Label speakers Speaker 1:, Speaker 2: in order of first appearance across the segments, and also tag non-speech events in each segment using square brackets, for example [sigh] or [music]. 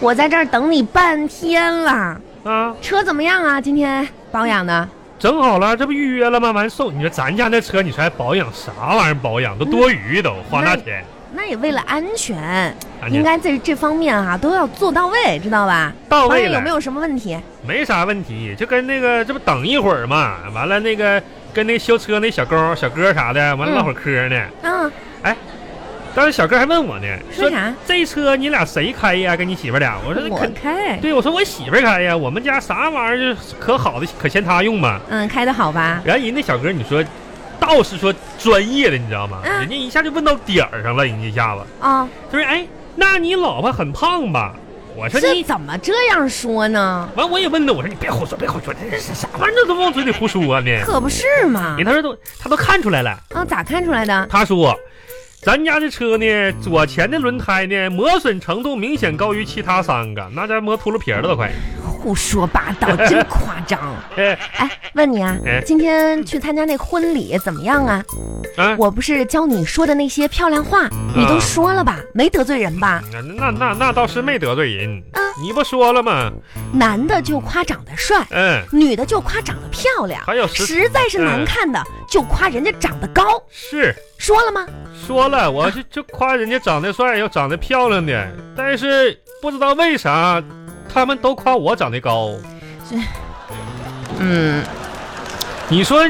Speaker 1: 我在这儿等你半天了。
Speaker 2: 啊，
Speaker 1: 车怎么样啊？今天保养的？
Speaker 2: 整好了，这不预约了吗？完送。你说咱家那车，你说还保养啥玩意儿？保养都多余
Speaker 1: 嗯
Speaker 2: 都，花那钱。
Speaker 1: 那也为了安全，
Speaker 2: 安全
Speaker 1: 应该在这方面哈、都要做到位，知道吧？
Speaker 2: 到
Speaker 1: 保
Speaker 2: 位
Speaker 1: 养
Speaker 2: 了，
Speaker 1: 有没有什么问题？
Speaker 2: 没啥问题，就跟那个这不等一会儿嘛，完了那个跟那修车那小工小哥啥的，完了
Speaker 1: 嗯
Speaker 2: 唠会儿嗑呢。
Speaker 1: 啊，
Speaker 2: 当时小哥还问我呢，
Speaker 1: 说啥？
Speaker 2: 这车你俩谁开呀？跟你媳妇儿俩？我说
Speaker 1: 我
Speaker 2: 肯
Speaker 1: 开，
Speaker 2: 对，我说我媳妇儿开呀，我们家啥玩意儿就是可好的，可嫌她用嘛。
Speaker 1: 嗯，开的好吧？
Speaker 2: 然后人那小哥你说，倒是说专业的，你知道吗？
Speaker 1: 嗯
Speaker 2: 人家一下就问到点儿上了，人家一下子。
Speaker 1: 啊，
Speaker 2: 他说：“哎，那你老婆很胖吧？”我说：“
Speaker 1: 这
Speaker 2: 你。
Speaker 1: 怎么这样说呢？”
Speaker 2: 完，我也问他，我说：“你别胡说，别胡说，这是啥玩意儿？这都往嘴里胡说呢
Speaker 1: 可不是嘛！”
Speaker 2: 人他说都他都看出来了。
Speaker 1: 啊，咋看出来的？
Speaker 2: 他说：“咱家这车呢，左前的轮胎呢，磨损程度明显高于其他三个，那家磨秃噜皮儿了都快。
Speaker 1: 胡说八道，真夸
Speaker 2: [laughs]
Speaker 1: 张！
Speaker 2: 哎”
Speaker 1: 哎，问你啊
Speaker 2: 哎，
Speaker 1: 今天去参加那婚礼怎么样啊？
Speaker 2: 啊，
Speaker 1: 我不是教你说的那些漂亮话，你都说了吧？没得罪人吧？
Speaker 2: 那那那那倒是没得罪人
Speaker 1: 啊，
Speaker 2: 你不说了吗？
Speaker 1: 男的就夸长得帅，
Speaker 2: 嗯，
Speaker 1: 女的就夸长得漂亮，
Speaker 2: 还有十嗯
Speaker 1: 实在是难看的就夸人家长得高，
Speaker 2: 是。
Speaker 1: 说了吗？
Speaker 2: 说了，我就就夸人家长得帅又长得漂亮的，但是不知道为啥，他们都夸我长得高。
Speaker 1: 嗯，
Speaker 2: 你说，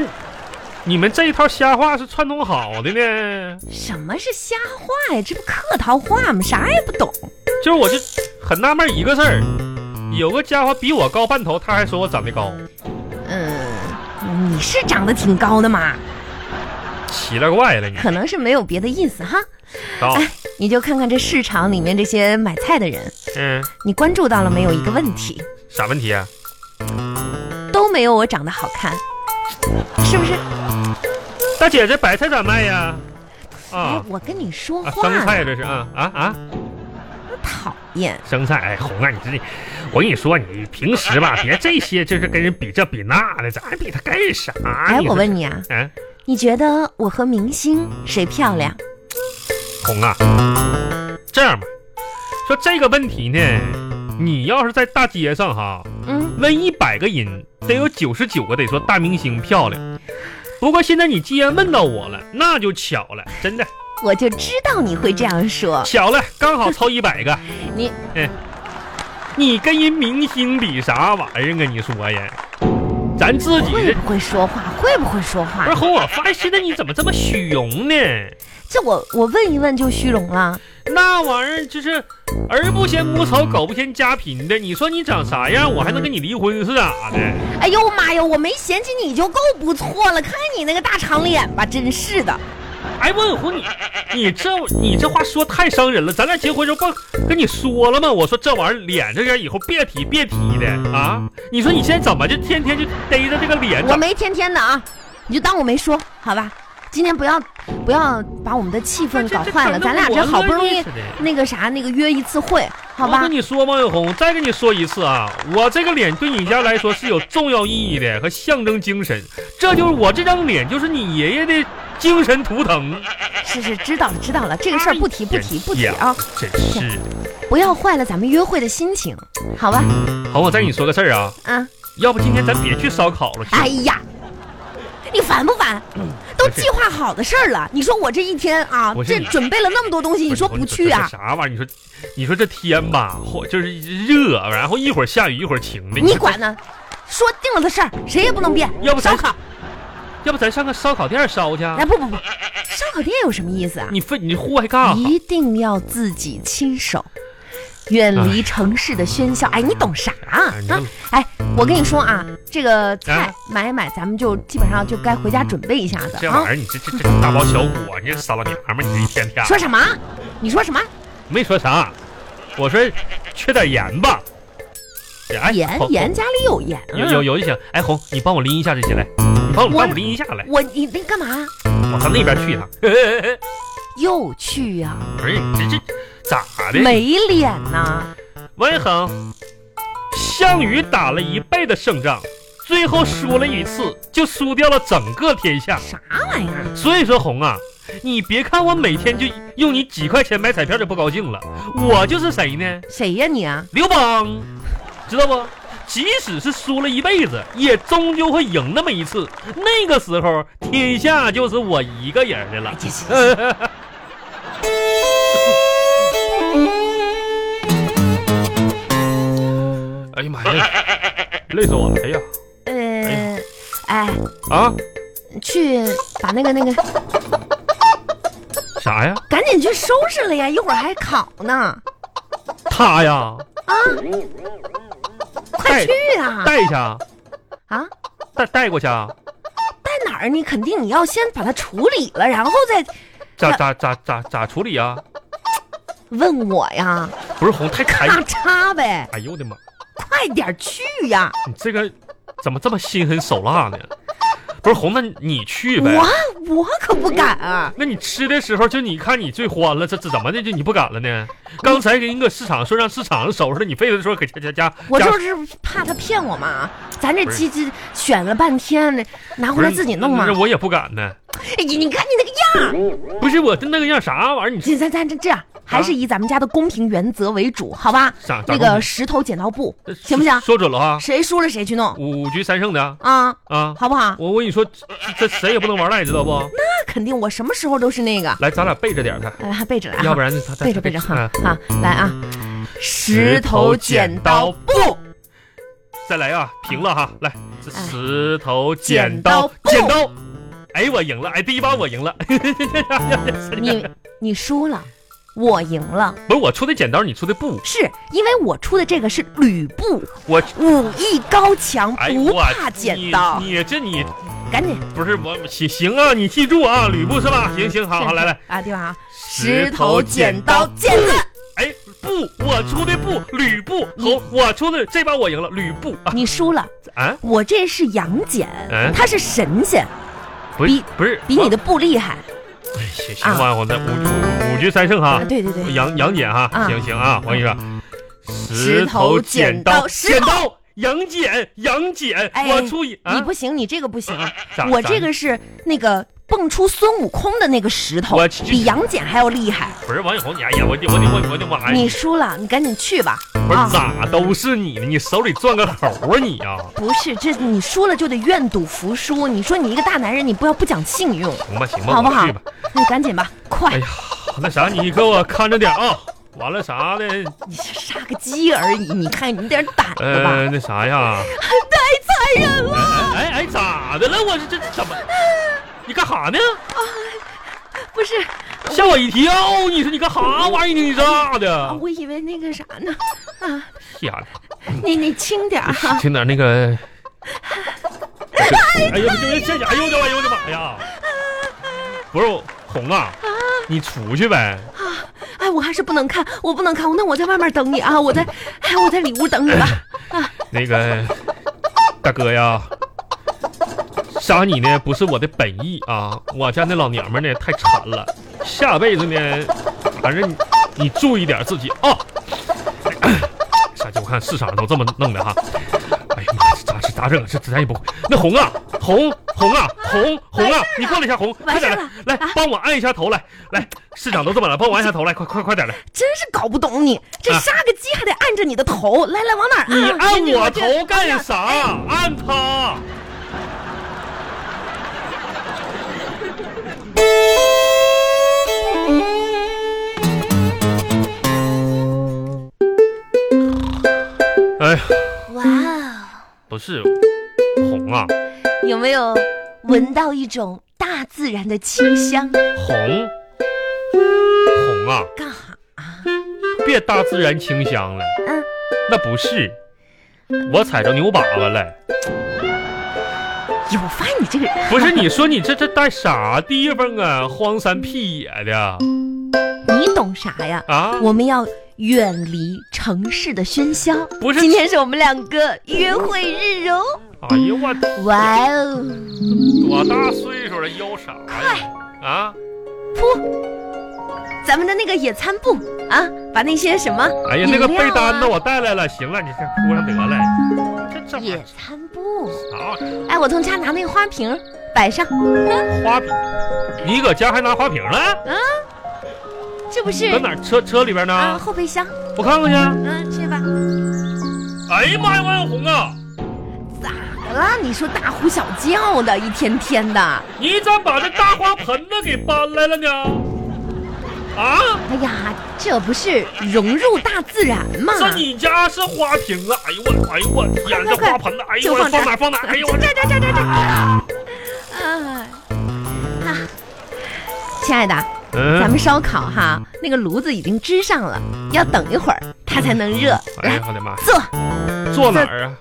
Speaker 2: 你们这一套瞎话是串通好的呢？
Speaker 1: 什么是瞎话呀？这不客套话吗？啥也不懂。
Speaker 2: 就是我就很纳闷一个事儿，有个家伙比我高半头，他还说我长得高，
Speaker 1: 嗯，你是长得挺高的嘛，
Speaker 2: 奇了怪了你。
Speaker 1: 可能是没有别的意思哈。
Speaker 2: 好，
Speaker 1: 哎，你就看看这市场里面这些买菜的人，
Speaker 2: 嗯，
Speaker 1: 你关注到了没有？一个问题，
Speaker 2: 啥问题啊？嗯
Speaker 1: 都没有我长得好看，是不是？
Speaker 2: 大姐，这白菜咋卖呀？
Speaker 1: 哎
Speaker 2: 啊，
Speaker 1: 我跟你说
Speaker 2: 啊，
Speaker 1: 话
Speaker 2: 生
Speaker 1: 呢，
Speaker 2: 菜这是啊啊啊！
Speaker 1: 讨厌。
Speaker 2: 生菜，哎，红啊，你这，我跟你说，你平时
Speaker 1: [laughs]
Speaker 2: 吧，别这些，就是跟人比这比那的，咱比他干啥？
Speaker 1: 哎，
Speaker 2: 你
Speaker 1: 我
Speaker 2: 说，
Speaker 1: 问你啊，
Speaker 2: 嗯，
Speaker 1: 你觉得我和明星谁漂亮？
Speaker 2: 红啊，这样吧，说这个问题呢，你要是在大街上哈，
Speaker 1: 嗯，
Speaker 2: 问一百个人，得有九十九个得说大明星漂亮。不过现在你既然问到我了，那就巧了，真的
Speaker 1: 我就知道你会这样说。
Speaker 2: 巧了，刚好凑一百个。
Speaker 1: [laughs]
Speaker 2: 哎
Speaker 1: 你，
Speaker 2: 你跟人明星比啥玩意儿啊？你说呀，咱自己
Speaker 1: 会
Speaker 2: 这。
Speaker 1: 不会说话？会不会说
Speaker 2: 不是
Speaker 1: 话？
Speaker 2: 红，我发现现在你怎么这么虚荣呢？
Speaker 1: 这我我问一问就虚荣了。
Speaker 2: 那玩意儿就是儿不嫌母丑，狗不嫌家贫的。你说你长啥样，我还能跟你离婚是咋的？
Speaker 1: 哎呦妈呀，我没嫌弃你就够不错了，看你那个大长脸吧，真是的。
Speaker 2: 哎，问红你，你这你这话说太伤人了。咱俩结婚时候不跟你说了吗？我说这玩意儿脸这个以后别提别提的啊！你说你现在怎么就天天就逮着这个脸？
Speaker 1: 我没天天的啊，你就当我没说，好吧？今天不要不要把我们的气氛搞坏了，咱俩这好不容易那个啥那个约一次会，好
Speaker 2: 我
Speaker 1: 吧
Speaker 2: 跟？你说，王永红，再跟你说一次啊，我这个脸对你家来说是有重要意义的和象征精神，这就是我这张脸，就是你爷爷的精神图腾。
Speaker 1: 是是，知道了知道了，这个事儿不提不提不提啊，
Speaker 2: 哎真是。
Speaker 1: 不要坏了咱们约会的心情，好吧？
Speaker 2: 好，我再跟你说个事儿啊，
Speaker 1: 啊，
Speaker 2: 要不今天咱别去烧烤了，嗯
Speaker 1: 哎呀，你烦不烦？都
Speaker 2: 哎
Speaker 1: 计划好的事儿了，你说我这一天啊
Speaker 2: 不，是
Speaker 1: 这
Speaker 2: 你
Speaker 1: 准备了那么多东西，你说不去
Speaker 2: 这
Speaker 1: 啊
Speaker 2: 是？啥玩意儿？你说，你说这天吧，或就是热，然后一会儿下雨，一会儿晴的。
Speaker 1: 你管呢？说定了的事儿，谁也不能变。
Speaker 2: 要不咱
Speaker 1: 烧烤？
Speaker 2: 要不咱上个烧烤店烧去啊？
Speaker 1: 哎，不不不，烧烤店有什么意思啊？
Speaker 2: 你啊非你户外干啥？
Speaker 1: 一定要自己亲手，远离城市的喧嚣。哎，你懂啥啊
Speaker 2: 哎你？
Speaker 1: 啊哎，我跟你说啊，这个菜
Speaker 2: 啊
Speaker 1: 买一买，咱们就基本上就该回家准备一下子
Speaker 2: 这玩意
Speaker 1: 啊。
Speaker 2: 儿，你这这这大包小裹，你这傻老娘们儿，你这一天啊天的。
Speaker 1: 说什么？你说什么？
Speaker 2: 没说啥，我说缺点盐吧。哎
Speaker 1: 盐
Speaker 2: 红
Speaker 1: 盐家里有盐啊。
Speaker 2: 有有有就行。哎，红，你帮我拎一下这些来，你帮我
Speaker 1: 我
Speaker 2: 帮我拎一下来，
Speaker 1: 我你那干嘛？
Speaker 2: 我上那边 [laughs] 去一趟。不
Speaker 1: 又去呀、
Speaker 2: 是你这这咋的？
Speaker 1: 没脸呐！
Speaker 2: 文恒，项羽打了一辈子胜仗，最后输了一次，就输掉了整个天下。
Speaker 1: 啥玩意儿？
Speaker 2: 所以说红啊，你别看我每天就用你几块钱买彩票就不高兴了。我就是谁呢？
Speaker 1: 谁呀你啊？
Speaker 2: 刘邦，知道不？即使是输了一辈子，也终究会赢那么一次。那个时候，天下就是我一个人的了。
Speaker 1: 这是
Speaker 2: 哎呀妈呀，累死我了！哎呀，
Speaker 1: 呃，哎，
Speaker 2: 啊，
Speaker 1: 去把那个那个，
Speaker 2: 啥呀？
Speaker 1: 赶紧去收拾了呀，一会儿还烤呢。
Speaker 2: 他呀，
Speaker 1: 啊，快去啊！
Speaker 2: 带一下，
Speaker 1: 啊，
Speaker 2: 带带过去啊？
Speaker 1: 带哪儿？你肯定你要先把它处理了，然后再
Speaker 2: 咋咋咋咋咋处理啊？
Speaker 1: 问我呀？
Speaker 2: 不是红太开，
Speaker 1: 咔嚓呗，
Speaker 2: 哎呦我的妈！
Speaker 1: 快点去呀！
Speaker 2: 你这个怎么这么心狠手辣呢？不是红，那你去呗。嗯
Speaker 1: 我我可不敢啊！
Speaker 2: 那你吃的时候，就你看你最欢了，这这怎么的就你不敢了呢？刚才给你搁市场说让市场收拾了，你非得说给家家家，
Speaker 1: 我
Speaker 2: 家
Speaker 1: 就是怕他骗我嘛。咱这
Speaker 2: 不是
Speaker 1: 鸡鸡选了半天，拿
Speaker 2: 不
Speaker 1: 回来
Speaker 2: 是
Speaker 1: 自己弄嘛
Speaker 2: 那。我也不敢呢。
Speaker 1: 哎呀，你看你那个样儿！
Speaker 2: 不是我这那个样啥玩意儿？你
Speaker 1: 这咱咱这这样，还
Speaker 2: 啊
Speaker 1: 是以咱们家的公平原则为主，好吧
Speaker 2: 咋？咋
Speaker 1: 那
Speaker 2: 公
Speaker 1: 个
Speaker 2: 平
Speaker 1: 石头剪刀布
Speaker 2: 这
Speaker 1: 行不行？
Speaker 2: 说准了呃啊，
Speaker 1: 谁输了谁去弄
Speaker 2: 五五局三胜的啊
Speaker 1: 啊，
Speaker 2: 啊！
Speaker 1: 好不好？
Speaker 2: 我我跟你说，这这谁也不能玩赖，知道不？
Speaker 1: 那肯定，我什么时候都是那个。
Speaker 2: 来，咱俩背着点儿看，
Speaker 1: 哎，背着来啊，
Speaker 2: 要不然他他
Speaker 1: 背着背着
Speaker 2: 嗯
Speaker 1: 哈啊，来啊，石头剪刀布，
Speaker 2: 再来啊，平了哈，来，这
Speaker 1: 哎
Speaker 2: 石头
Speaker 1: 剪
Speaker 2: 剪
Speaker 1: 刀
Speaker 2: 刀
Speaker 1: 布
Speaker 2: 剪刀，哎，我赢了，哎，第一把我赢了， [laughs]
Speaker 1: 你你输了，我赢了，
Speaker 2: 不是我出的剪刀，你出的布，
Speaker 1: 是因为我出的这个是吕布，
Speaker 2: 我，
Speaker 1: 武艺高强，
Speaker 2: 哎，
Speaker 1: 不
Speaker 2: 我
Speaker 1: 怕剪刀，
Speaker 2: 你你这你
Speaker 1: 赶紧
Speaker 2: 不是我行行啊，你记住啊，吕布是
Speaker 1: 嗯
Speaker 2: 吧？行行，好好来来，
Speaker 1: 啊，对吧？石头剪刀
Speaker 2: 剪
Speaker 1: 剪子，
Speaker 2: 哎，布，我出的布，吕布，
Speaker 1: 嗯
Speaker 2: 好，我出的这把我赢了，吕布啊
Speaker 1: 你输了，
Speaker 2: 啊，
Speaker 1: 我这是杨戬
Speaker 2: 嗯，
Speaker 1: 他是神仙，
Speaker 2: 不
Speaker 1: 比
Speaker 2: 是不是，
Speaker 1: 比你的啊布厉害
Speaker 2: 哎行行吧，我那五五五局三胜哈
Speaker 1: 啊！，对对对，
Speaker 2: 杨杨戬哈，
Speaker 1: 啊
Speaker 2: 行行啊，我跟你说，
Speaker 1: 石头剪刀石
Speaker 2: 剪刀，杨戬杨戬
Speaker 1: 哎，
Speaker 2: 我出一
Speaker 1: 你
Speaker 2: 啊，
Speaker 1: 不行，你这个不行，
Speaker 2: 咋
Speaker 1: 我
Speaker 2: 咋
Speaker 1: 这个是那个蹦出孙悟空的那个石头
Speaker 2: 我，去
Speaker 1: 比杨戬还要厉害。
Speaker 2: 不是王小红，你哎呀，我的我的我的我的哎妈呀！
Speaker 1: 你输了，你赶紧去吧。啊
Speaker 2: 不是啊咋都是你呢？你手里攥个猴啊你啊？
Speaker 1: 不是，这你输了就得愿赌服输。你说你一个大男人，你不要不讲信用，
Speaker 2: 行吧行吧，
Speaker 1: 好不
Speaker 2: 我
Speaker 1: 好
Speaker 2: 去吧。？
Speaker 1: 你赶紧吧，
Speaker 2: 哎
Speaker 1: 快！
Speaker 2: 呀，那啥，你给我看着点啊。完了啥的，
Speaker 1: 你杀个鸡而已，你看你点胆子吧。
Speaker 2: 呃，那啥呀？
Speaker 1: 太残忍了，
Speaker 2: 哎哎哎哎，咋的了？我这这怎么？你干啥呢？
Speaker 1: 不是
Speaker 2: 吓我一跳！你说你干啥玩意儿呢？你咋
Speaker 1: 啊，
Speaker 2: 的？
Speaker 1: 我以为那个啥呢，啊，
Speaker 2: 天哪！
Speaker 1: 你你轻点儿哈、
Speaker 2: 听点那个。哎呀，这这哎呦我的妈！哎呦我的妈呀！不是红啊，你出去呗。
Speaker 1: 哎，我还是不能看，我不能看，那我在外面等你啊，我在，哎，我在里屋等你
Speaker 2: [laughs]
Speaker 1: 吧。
Speaker 2: 那个大哥呀，杀你呢不是我的本意啊，我家那老娘们呢太馋了，下辈子呢，反正你你注意点自己啊。 [coughs] 啥鸡我看市场上都这么弄的哈。哎呀妈，呀，这咋这咋整？这这咱也不会。那红啊，红红啊，红红啊，你过来一下红，快点
Speaker 1: 完
Speaker 2: 来，来帮我按一下头来，来，市场都这么了，帮我按一下头来，快快快点来，
Speaker 1: 真是搞不懂你，这
Speaker 2: 啊
Speaker 1: 杀个鸡还得按着你的头，来来，往哪儿啊按？
Speaker 2: 你按
Speaker 1: 这
Speaker 2: 我头
Speaker 1: 哎
Speaker 2: 干
Speaker 1: 呀
Speaker 2: 啥？按他。哎呀，
Speaker 1: 哇哦，
Speaker 2: 不是红啊，
Speaker 1: 有没有
Speaker 2: 嗯
Speaker 1: 闻到一种大自然的清香？
Speaker 2: 红红啊，
Speaker 1: 干哈？
Speaker 2: 别大自然清香了，
Speaker 1: 嗯，
Speaker 2: 那不是，我踩着牛粑粑了。
Speaker 1: 哎呦，我发现你这个人，
Speaker 2: 不是，你说你这这在啥地方啊？荒山僻野的
Speaker 1: 你懂啥呀？
Speaker 2: 啊？
Speaker 1: 我们要远离城市的喧嚣。
Speaker 2: 不是
Speaker 1: 今天是我们两个约会日哦。
Speaker 2: 哎呀，我
Speaker 1: 哇哦，
Speaker 2: 多大岁数了，腰啥呀？啊！
Speaker 1: 噗，咱们的那个野餐布啊，把那些什么、啊
Speaker 2: 哎呀，那个被单子我带来了，行了，你先铺上得了。这这玩意
Speaker 1: 野
Speaker 2: 儿
Speaker 1: 餐布。
Speaker 2: 啥玩意
Speaker 1: 哎，我从家拿那个花瓶摆上。嗯
Speaker 2: 儿花瓶？你搁家还拿花瓶了？
Speaker 1: 啊，嗯这不是
Speaker 2: 搁哪儿？车车里边
Speaker 1: 啊
Speaker 2: 呢？
Speaker 1: 后备箱？
Speaker 2: 我看看去。
Speaker 1: 嗯，去吧。
Speaker 2: 哎呀妈呀，王小红啊，
Speaker 1: 咋的啦？你说大呼小叫的，一天天的。哎
Speaker 2: 你咋把这大花盆子给搬来了呢？啊，
Speaker 1: 哎呀，这不是融入大自然吗？
Speaker 2: 这你家是花瓶啊？哎呦我，哎呦我天，这
Speaker 1: 啊快快快
Speaker 2: 花盆子，哎呦
Speaker 1: 就
Speaker 2: 我
Speaker 1: 放这
Speaker 2: 放
Speaker 1: 儿
Speaker 2: 哪儿放哪儿？哎呦我
Speaker 1: 这这这这这。哎啊，亲爱的，
Speaker 2: 嗯
Speaker 1: 咱们烧烤哈，那个炉子已经支上了，要等一会儿它才能热。啊
Speaker 2: 哎
Speaker 1: 来
Speaker 2: 呀，我的妈，
Speaker 1: 坐，
Speaker 2: 坐哪儿啊？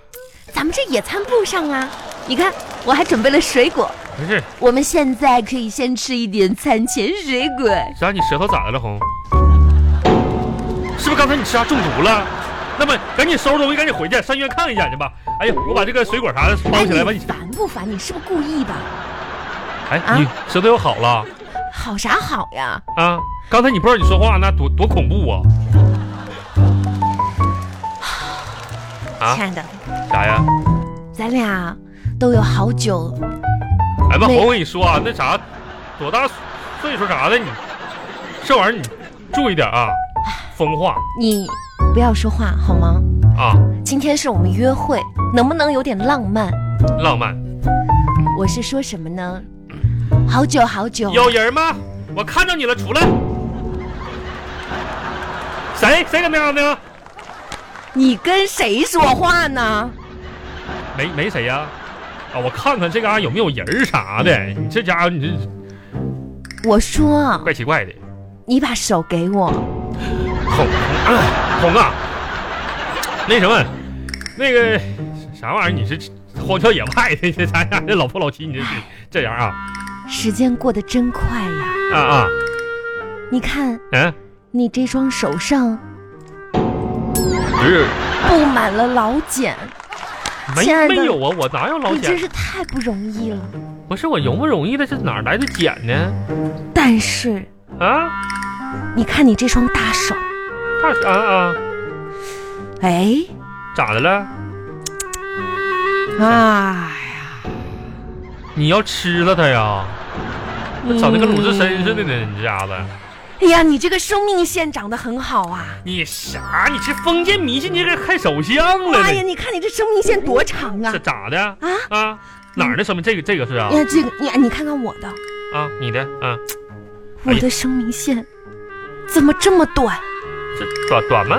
Speaker 1: 咱们这野餐布上啊。你看，我还准备了水果，
Speaker 2: 不是，
Speaker 1: 我们现在可以先吃一点餐前水果。
Speaker 2: 啥？你舌头咋的了，红？是不是刚才你吃啥中毒了？那么赶紧收拾东西，赶紧回去上医院看一下去吧。哎呀，我把这个水果啥的包起来吧。
Speaker 1: 哎你
Speaker 2: 你
Speaker 1: 烦不烦？你是不是故意吧？啊
Speaker 2: 哎，你舌头又好了
Speaker 1: 好啥好呀？
Speaker 2: 啊？刚才你不知道你说话那多多恐怖啊！啊
Speaker 1: 亲爱的，
Speaker 2: 啥呀？
Speaker 1: 咱俩都有好久
Speaker 2: 哎
Speaker 1: 那
Speaker 2: 妈，红，我跟你说啊，那啥，多大岁数啥的你，这玩意儿你注意点啊，风化
Speaker 1: 你不要说话好吗？
Speaker 2: 啊，
Speaker 1: 今天是我们约会，能不能有点浪漫？
Speaker 2: 浪漫。
Speaker 1: 我是说什么呢？好久好久，
Speaker 2: 有人吗？我看着你了，出来。谁谁搁喵喵？
Speaker 1: 你跟谁说话呢？
Speaker 2: 没没谁呀、啊？我看看这嘎、有没有人儿啥的。你这家伙，你这
Speaker 1: 我说，
Speaker 2: 怪奇怪的。
Speaker 1: 你把手给我，
Speaker 2: 红红啊，红啊，那什么，那个啥玩意儿？你是荒郊野外的，这咱俩这老夫老妻，你这
Speaker 1: 唉
Speaker 2: 这样啊
Speaker 1: 时间过得真快呀！
Speaker 2: 啊啊
Speaker 1: 你看
Speaker 2: 嗯，
Speaker 1: 你这双手上
Speaker 2: 不是
Speaker 1: 布满了老茧，亲爱
Speaker 2: 没
Speaker 1: 的
Speaker 2: 没有啊，我哪有老
Speaker 1: 你真
Speaker 2: 茧？
Speaker 1: 是太不容易了。
Speaker 2: 不是我容不容易的，这哪儿来的茧呢？
Speaker 1: 但是
Speaker 2: 啊，
Speaker 1: 你看你这双大手，
Speaker 2: 大啊啊，
Speaker 1: 哎
Speaker 2: 咋的了？
Speaker 1: 啊，
Speaker 2: 你要吃了它呀？那长得跟鲁智深似的呢，你这家伙！
Speaker 1: 哎呀，你这个生命线长得很好啊！
Speaker 2: 你啥？你这封建迷信，你这看手相了
Speaker 1: 妈呀，
Speaker 2: 呢？
Speaker 1: 你看你这生命线多长啊
Speaker 2: 这！咋的啊
Speaker 1: 啊，嗯
Speaker 2: 哪儿的生命？这个这个是啊
Speaker 1: 你看这个，你你看看我的，
Speaker 2: 啊，你的啊，
Speaker 1: 我
Speaker 2: 哎呀
Speaker 1: 的生命线怎么这么短？
Speaker 2: 这短短吗？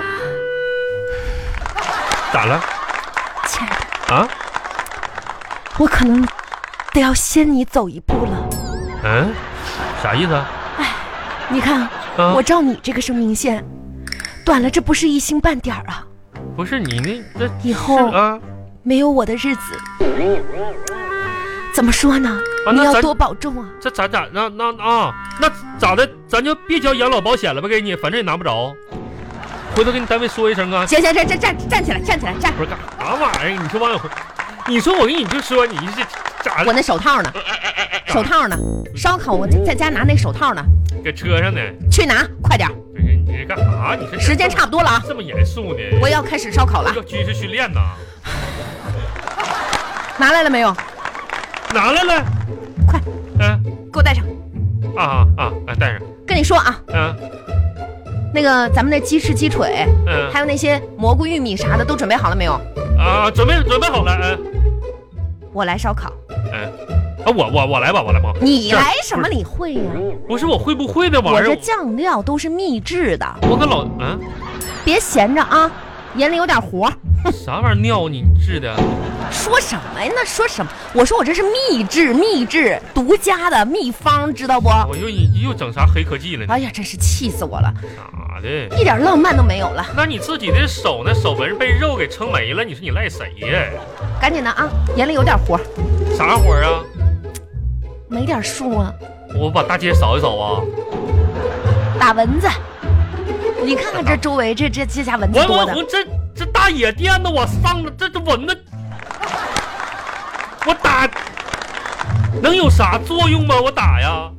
Speaker 2: 咋了
Speaker 1: 亲爱的，
Speaker 2: 啊？
Speaker 1: 我可能得要先你走一步了。
Speaker 2: 嗯，啥意思啊？
Speaker 1: 你看，
Speaker 2: 啊
Speaker 1: 我照你这个生命线短了，这不是一星半点儿啊！
Speaker 2: 不是你那这
Speaker 1: 以后
Speaker 2: 是啊，
Speaker 1: 没有我的日子，怎么说呢？
Speaker 2: 啊
Speaker 1: 你
Speaker 2: 那
Speaker 1: 要
Speaker 2: 咱
Speaker 1: 多保重啊！
Speaker 2: 这咱咋那那啊？那咋的？咱就别交养老保险了吧？给你，反正也拿不着。回头跟你单位说一声啊。
Speaker 1: 行行行，站站站起来，站起来，站！
Speaker 2: 不是干啥玩意儿？你说王小红，你说我跟你就说你这咋
Speaker 1: 我那手套
Speaker 2: 呃
Speaker 1: 呢？手套呢？烧烤我在家拿那手套呢，
Speaker 2: 搁车上呢？
Speaker 1: 去拿，快点儿，
Speaker 2: 不是你这干啥？你这
Speaker 1: 时间差不多了啊！
Speaker 2: 这么严肃呢？
Speaker 1: 我要开始烧烤了，
Speaker 2: 要军事训练呐，
Speaker 1: 拿来了没有？
Speaker 2: 拿来了，
Speaker 1: 快
Speaker 2: 嗯
Speaker 1: 给我戴上。
Speaker 2: 啊啊啊啊，带上，
Speaker 1: 跟你说啊，
Speaker 2: 嗯
Speaker 1: 那个咱们那鸡翅、鸡腿，
Speaker 2: 嗯
Speaker 1: 还有那些蘑菇、玉米啥的，都准备好了没有？
Speaker 2: 啊，准备准备好了，嗯
Speaker 1: 我来烧烤，
Speaker 2: 嗯，啊我我我来吧，我来吧，
Speaker 1: 你
Speaker 2: 这
Speaker 1: 来什么？你会呀、
Speaker 2: 不是我会不会的玩
Speaker 1: 我
Speaker 2: 意
Speaker 1: 这
Speaker 2: 儿？
Speaker 1: 酱料都是秘制的，
Speaker 2: 我可老嗯
Speaker 1: 别闲着啊，眼里有点活。
Speaker 2: 啥玩意儿尿你治的？
Speaker 1: 说什么呀？那说什么？我说我这是秘制，秘制独家的秘方，知道不？
Speaker 2: 我又你又整啥黑科技了？
Speaker 1: 哎呀，真是气死我了，
Speaker 2: 咋的？
Speaker 1: 一点浪漫都没有了。
Speaker 2: 那你自己的手呢？手纹被肉给撑没了，你说你赖谁呀？
Speaker 1: 赶紧的啊，眼里有点活，
Speaker 2: 啥活儿啊？
Speaker 1: 没点数啊，
Speaker 2: 我把大街扫一扫啊！
Speaker 1: 打蚊子。你看看这周围，这这这家蚊子
Speaker 2: 王
Speaker 1: 多
Speaker 2: 文
Speaker 1: 的。
Speaker 2: 红，这这大野店子，我上了，这这蚊子，我打能有啥作用吗？我打呀，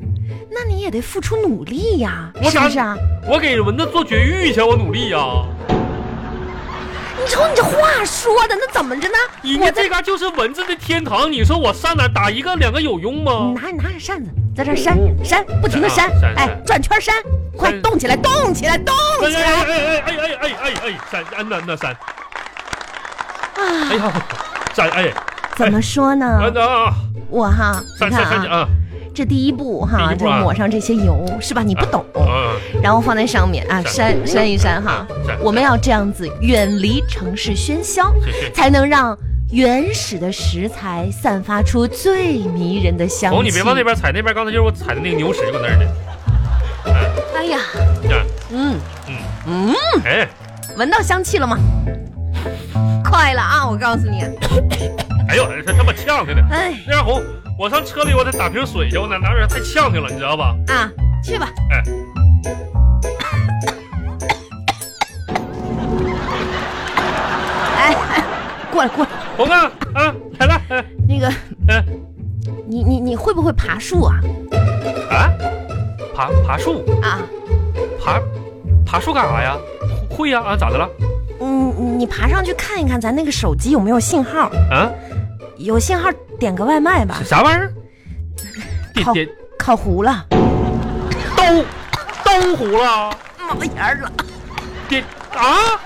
Speaker 1: 那你也得付出努力呀，
Speaker 2: 我
Speaker 1: 是
Speaker 2: 咋
Speaker 1: 不是啊？
Speaker 2: 我给蚊子做绝育去，我努力呀。
Speaker 1: 你瞅你这话说的，那怎么着呢？
Speaker 2: 你
Speaker 1: 我
Speaker 2: 家
Speaker 1: 在
Speaker 2: 这嘎就是蚊子的天堂，你说我上哪打一个两个有用
Speaker 1: 你
Speaker 2: 吗？
Speaker 1: 拿你拿着扇子，在这儿扇扇，不停的扇
Speaker 2: 嗯扇啊扇，
Speaker 1: 哎
Speaker 2: 扇，
Speaker 1: 转圈扇，快动起来，动起来，动
Speaker 2: 哎
Speaker 1: 起
Speaker 2: 哎
Speaker 1: 来！
Speaker 2: 哎哎哎哎哎哎哎，三安呐那三，哎
Speaker 1: 啊，
Speaker 2: 呀，三哎
Speaker 1: 怎么说呢？
Speaker 2: 安呐啊，
Speaker 1: 我哈，你
Speaker 2: 三
Speaker 1: 看
Speaker 2: 三三
Speaker 1: 啊，
Speaker 2: 啊
Speaker 1: 这第一步
Speaker 2: 第
Speaker 1: 哈，
Speaker 2: 一
Speaker 1: 就
Speaker 2: 步啊
Speaker 1: 抹上这些油，是吧？你不懂，
Speaker 2: 啊，
Speaker 1: 然后放在上面啊，
Speaker 2: 是
Speaker 1: 扇扇一扇哈
Speaker 2: 是。
Speaker 1: 我们要这样子远离城市喧嚣，
Speaker 2: 是是，
Speaker 1: 才能让原始的食材散发出最迷人的香气。
Speaker 2: 哦红你别往那边踩，那边刚才就是我踩的那个牛屎搁那儿呢，
Speaker 1: 哎呀，
Speaker 2: 啊
Speaker 1: 嗯
Speaker 2: 嗯
Speaker 1: 嗯，
Speaker 2: 哎，
Speaker 1: 闻到香气了吗？快了啊！我告诉你，
Speaker 2: 哎呦，这他妈呛的呢，
Speaker 1: 哎
Speaker 2: 那样红，我上车里我得打瓶水去，我哪哪有点太呛的了，你知道吧？
Speaker 1: 啊，去吧。
Speaker 2: 哎，
Speaker 1: 哎，哎过来过来，
Speaker 2: 红啊啊来了，哎
Speaker 1: 那个
Speaker 2: 哎
Speaker 1: 你你你会不会爬树啊？
Speaker 2: 啊，爬爬树
Speaker 1: 啊，
Speaker 2: 爬爬树干啥呀？会呀啊咋的了？
Speaker 1: 嗯，你爬上去看一看，咱那个手机有没有信号？
Speaker 2: 啊
Speaker 1: 有信号点个外卖吧，
Speaker 2: 啥玩意儿？
Speaker 1: 靠
Speaker 2: 点点
Speaker 1: 烤糊了，
Speaker 2: 都都糊了，
Speaker 1: 冒烟儿了。
Speaker 2: 点啊！